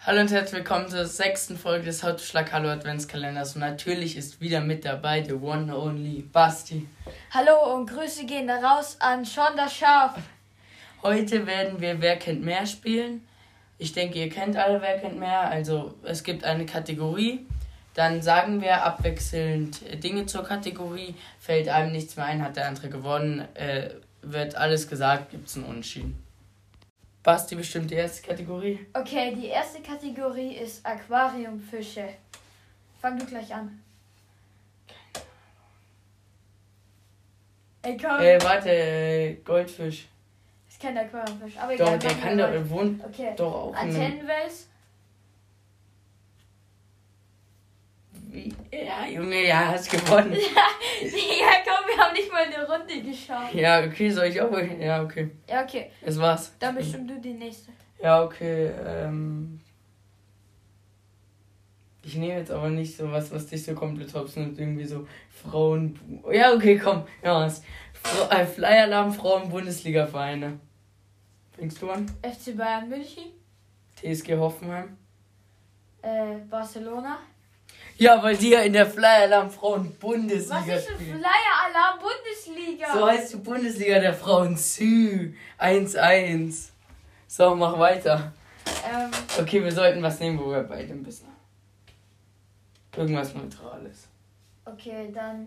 Hallo und herzlich willkommen zur sechsten Folge des Hautschlag Hallo Adventskalenders. Und natürlich ist wieder mit dabei der One and Only Basti. Hallo und Grüße gehen da raus an Sean das Schaf. Heute werden wir Wer kennt mehr spielen. Ich denke, ihr kennt alle Wer kennt mehr. Also es gibt eine Kategorie. Dann sagen wir abwechselnd Dinge zur Kategorie. Fällt einem nichts mehr ein, hat der andere gewonnen. Äh, wird alles gesagt, gibt es einen Unentschieden. Basti bestimmt die erste Kategorie. Okay, die erste Kategorie ist Aquariumfische. Fang du gleich an. Ey, komm. Äh, warte, äh, Goldfisch. ist kein Aquariumfisch, aber Doch, egal. der machen kann wir doch, weiter. äh, wohnt Okay. doch auch in einem Antennenwels. Wie? Ja, Junge, ja, hast gewonnen. ja, komm, wir haben nicht mal eine Runde geschafft. Ja, okay, soll ich auch wohl? Ja, okay. Ja, okay. Es war's. Dann bestimmt du die nächste. Ja, okay, ähm. Ich nehme jetzt aber nicht so was, was dich so komplett hops nimmt. Irgendwie so Frauen. Ja, okay, komm. Ja, was. Fr äh, Flyer-Alarm Frauen-Bundesliga-Vereine. Fängst du an? FC Bayern München. TSG Hoffenheim. Äh, Barcelona. Ja, weil die ja in der Flyer-Alarm Was Frauen-Bundesliga ist ein spielen. Flyer-Alarm Bundesliga? So heißt die Bundesliga der Frauen. Sü. 1-1. So, mach weiter. ähm, Okay, wir sollten was nehmen, wo wir beide ein bisschen. Irgendwas Neutrales. okay, dann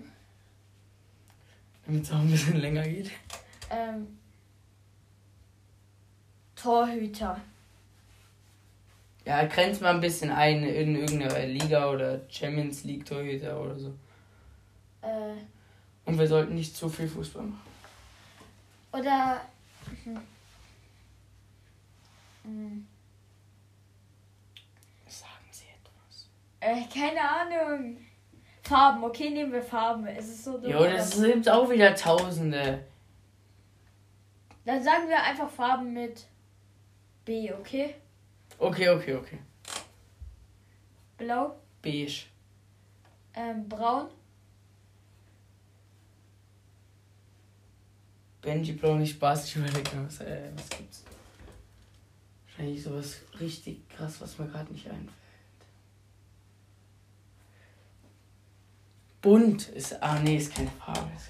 Damit es auch ein bisschen länger geht. Ähm, Torhüter. Ja, grenzt mal ein bisschen ein in irgendeine Liga oder Champions League Torhüter oder so. Äh, Und wir sollten nicht zu viel Fußball machen. oder. Mhm. Mhm. Sagen Sie etwas. Äh, keine Ahnung. Farben, okay, nehmen wir Farben. Es ist so dumm. Jo, das sind auch wieder Tausende. Dann sagen wir einfach Farben mit B, okay? Okay, okay, okay. Blau, Beige. ähm, braun, Benji Blau nicht Spaß, ich überlege mir, was, äh, was gibt's. Wahrscheinlich sowas richtig krass, was mir gerade nicht einfällt. Bunt ist. Ah, nee, ist keine Farbe. Ist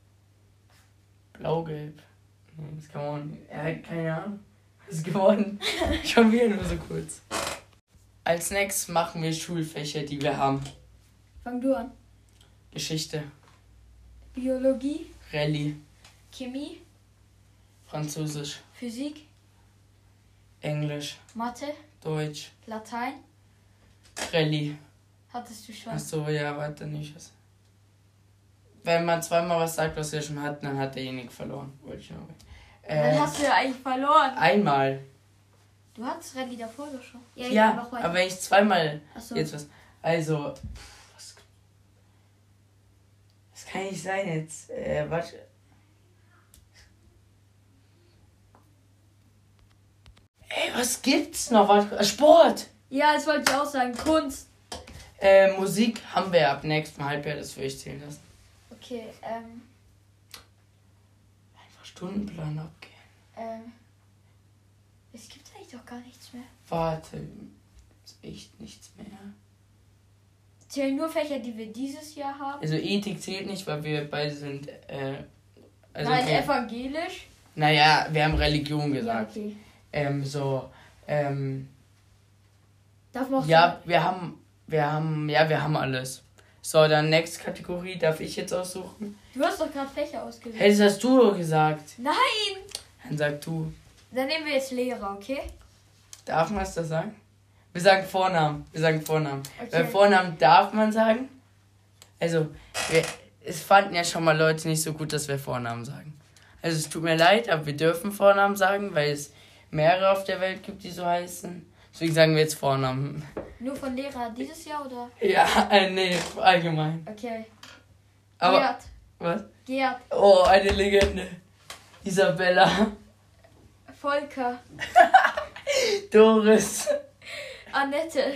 keine- Blau-gelb. Nee, das kann man. Ja, keine Ahnung. Ist geworden. Schon wieder nur so kurz. Als nächstes machen wir Schulfächer, die wir haben. fang du an. Geschichte. Biologie, Rallye, Chemie, Französisch, Physik, Englisch, Mathe, Deutsch, Latein. Rallye. Hattest du schon. Achso, ja, warte nicht. was- Wenn man zweimal was sagt, was wir schon hatten, dann hat derjenige verloren. Wollte ich nur. Äh, Dann hast du ja eigentlich verloren. einmal. Du hattest Rallye davor doch schon. Ja, genau, aber wenn ich zweimal Achso. jetzt was. Also. pff, Was, das kann nicht sein jetzt. Äh, warte. Ey, was gibt's noch? Warte, Sport! Ja, das wollte ich auch sagen. Kunst. Äh, Musik haben wir ab nächstem Halbjahr, das würde ich zählen lassen. Okay, ähm, Einfach Stundenplan abgehen. ähm. Es gibt eigentlich doch gar nichts mehr. Warte, ist echt nichts mehr. Zählen nur Fächer, die wir dieses Jahr haben. Also Ethik zählt nicht, weil wir beide sind, äh, also Nein, wir, evangelisch. naja, wir haben Religion Ja, gesagt. okay. Ähm, so, ähm, Darf man auch ja, wir haben, wir haben, ja, wir haben alles. So, dann nächste Kategorie, darf ich jetzt aussuchen? so- Du hast doch gerade Fächer ausgewählt. Hey, das hast du doch gesagt. Mhm. Nein! Dann sag du, Dann nehmen wir jetzt Lehrer, okay? darf man es das sagen? Wir sagen Vornamen, wir sagen Vornamen. Bei Okay. Äh, Vornamen darf man sagen. Also, wir, es fanden ja schon mal Leute nicht so gut, dass wir Vornamen sagen. Also, es tut mir leid, aber wir dürfen Vornamen sagen, weil es mehrere auf der Welt gibt, die so heißen. Deswegen sagen wir jetzt Vornamen. Nur von Lehrer dieses Jahr oder? Ja, äh, nee, allgemein. Okay. Aber, Gerd. was? Gerd. Oh, eine Legende. Isabella, Volker. Doris, Annette.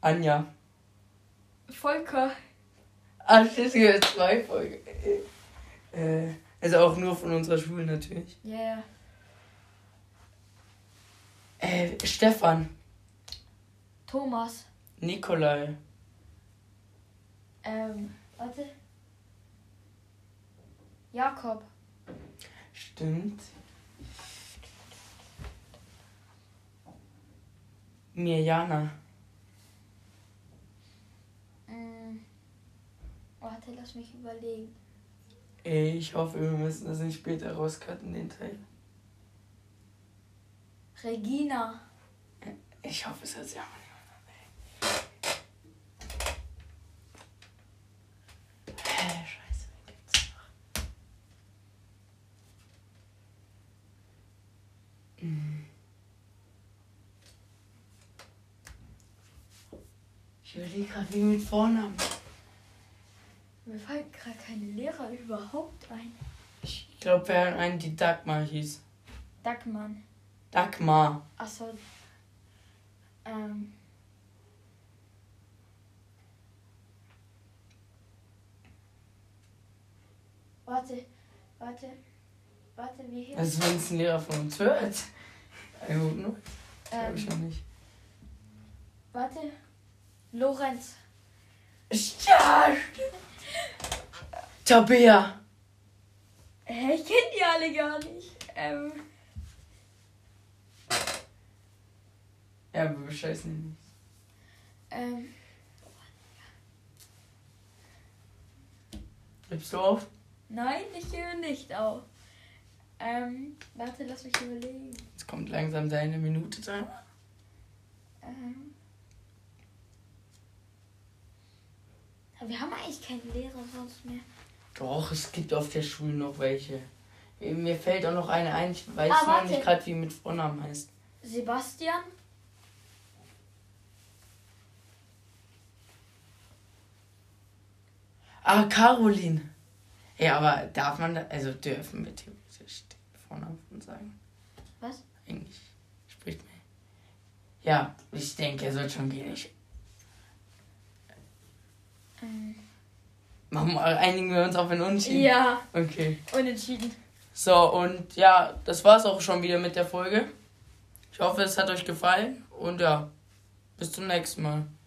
Anja. Volker. Ah, das gibt zwei Folgen. Äh, also auch nur von unserer Schule natürlich. Ja, ja. Äh, Stefan, Thomas. Nikolai, Ähm, warte. Jakob. stimmt. Mirjana, Mm. Warte, lass mich überlegen. Ey, ich hoffe, wir müssen das nicht später rauscutten, den Teil. Regina. Ich hoffe, es hat sich auch nicht Äh, scheiße, wen gibt's noch? Hm. Ich überlege gerade, wie mit Vornamen. Mir fallen gerade keine Lehrer überhaupt ein. Ich glaube, wir haben einen, die Dagmar hieß. Dagmann. Dagmar. Achso. Ähm. Warte, warte, warte, wie hier? Also, wenn es ein Lehrer von uns hört. Ja, gut, ne? Glaube ich Ähm, noch nicht. warte. Lorenz. Ja, stimmt. Tabea. Hä, ich kenne die alle gar nicht. Ähm. Ja, aber wir scheißen ihn nicht. Ähm. Gibst du auf? Nein, ich gebe nicht auf. Ähm, warte, lass mich überlegen. Jetzt kommt langsam deine Minute dran. Ähm. Wir haben eigentlich keinen Lehrer sonst mehr. Doch, es gibt auf der Schule noch welche. Mir fällt auch noch eine ein. Ich weiß Ah, noch warte. nicht gerade, wie mit Vornamen heißt. Sebastian? Ah, Caroline. Ja, aber darf man da, also dürfen wir theoretisch den Vornamen von sagen? Was? Eigentlich spricht man. Ja, ich denke, er wird schon gehen. Ich, Ähm. machen wir, einigen wir uns auf ein Unentschieden. Ja, Okay. unentschieden. So, und ja, das war's auch schon wieder mit der Folge. Ich hoffe, es hat euch gefallen und ja, bis zum nächsten Mal.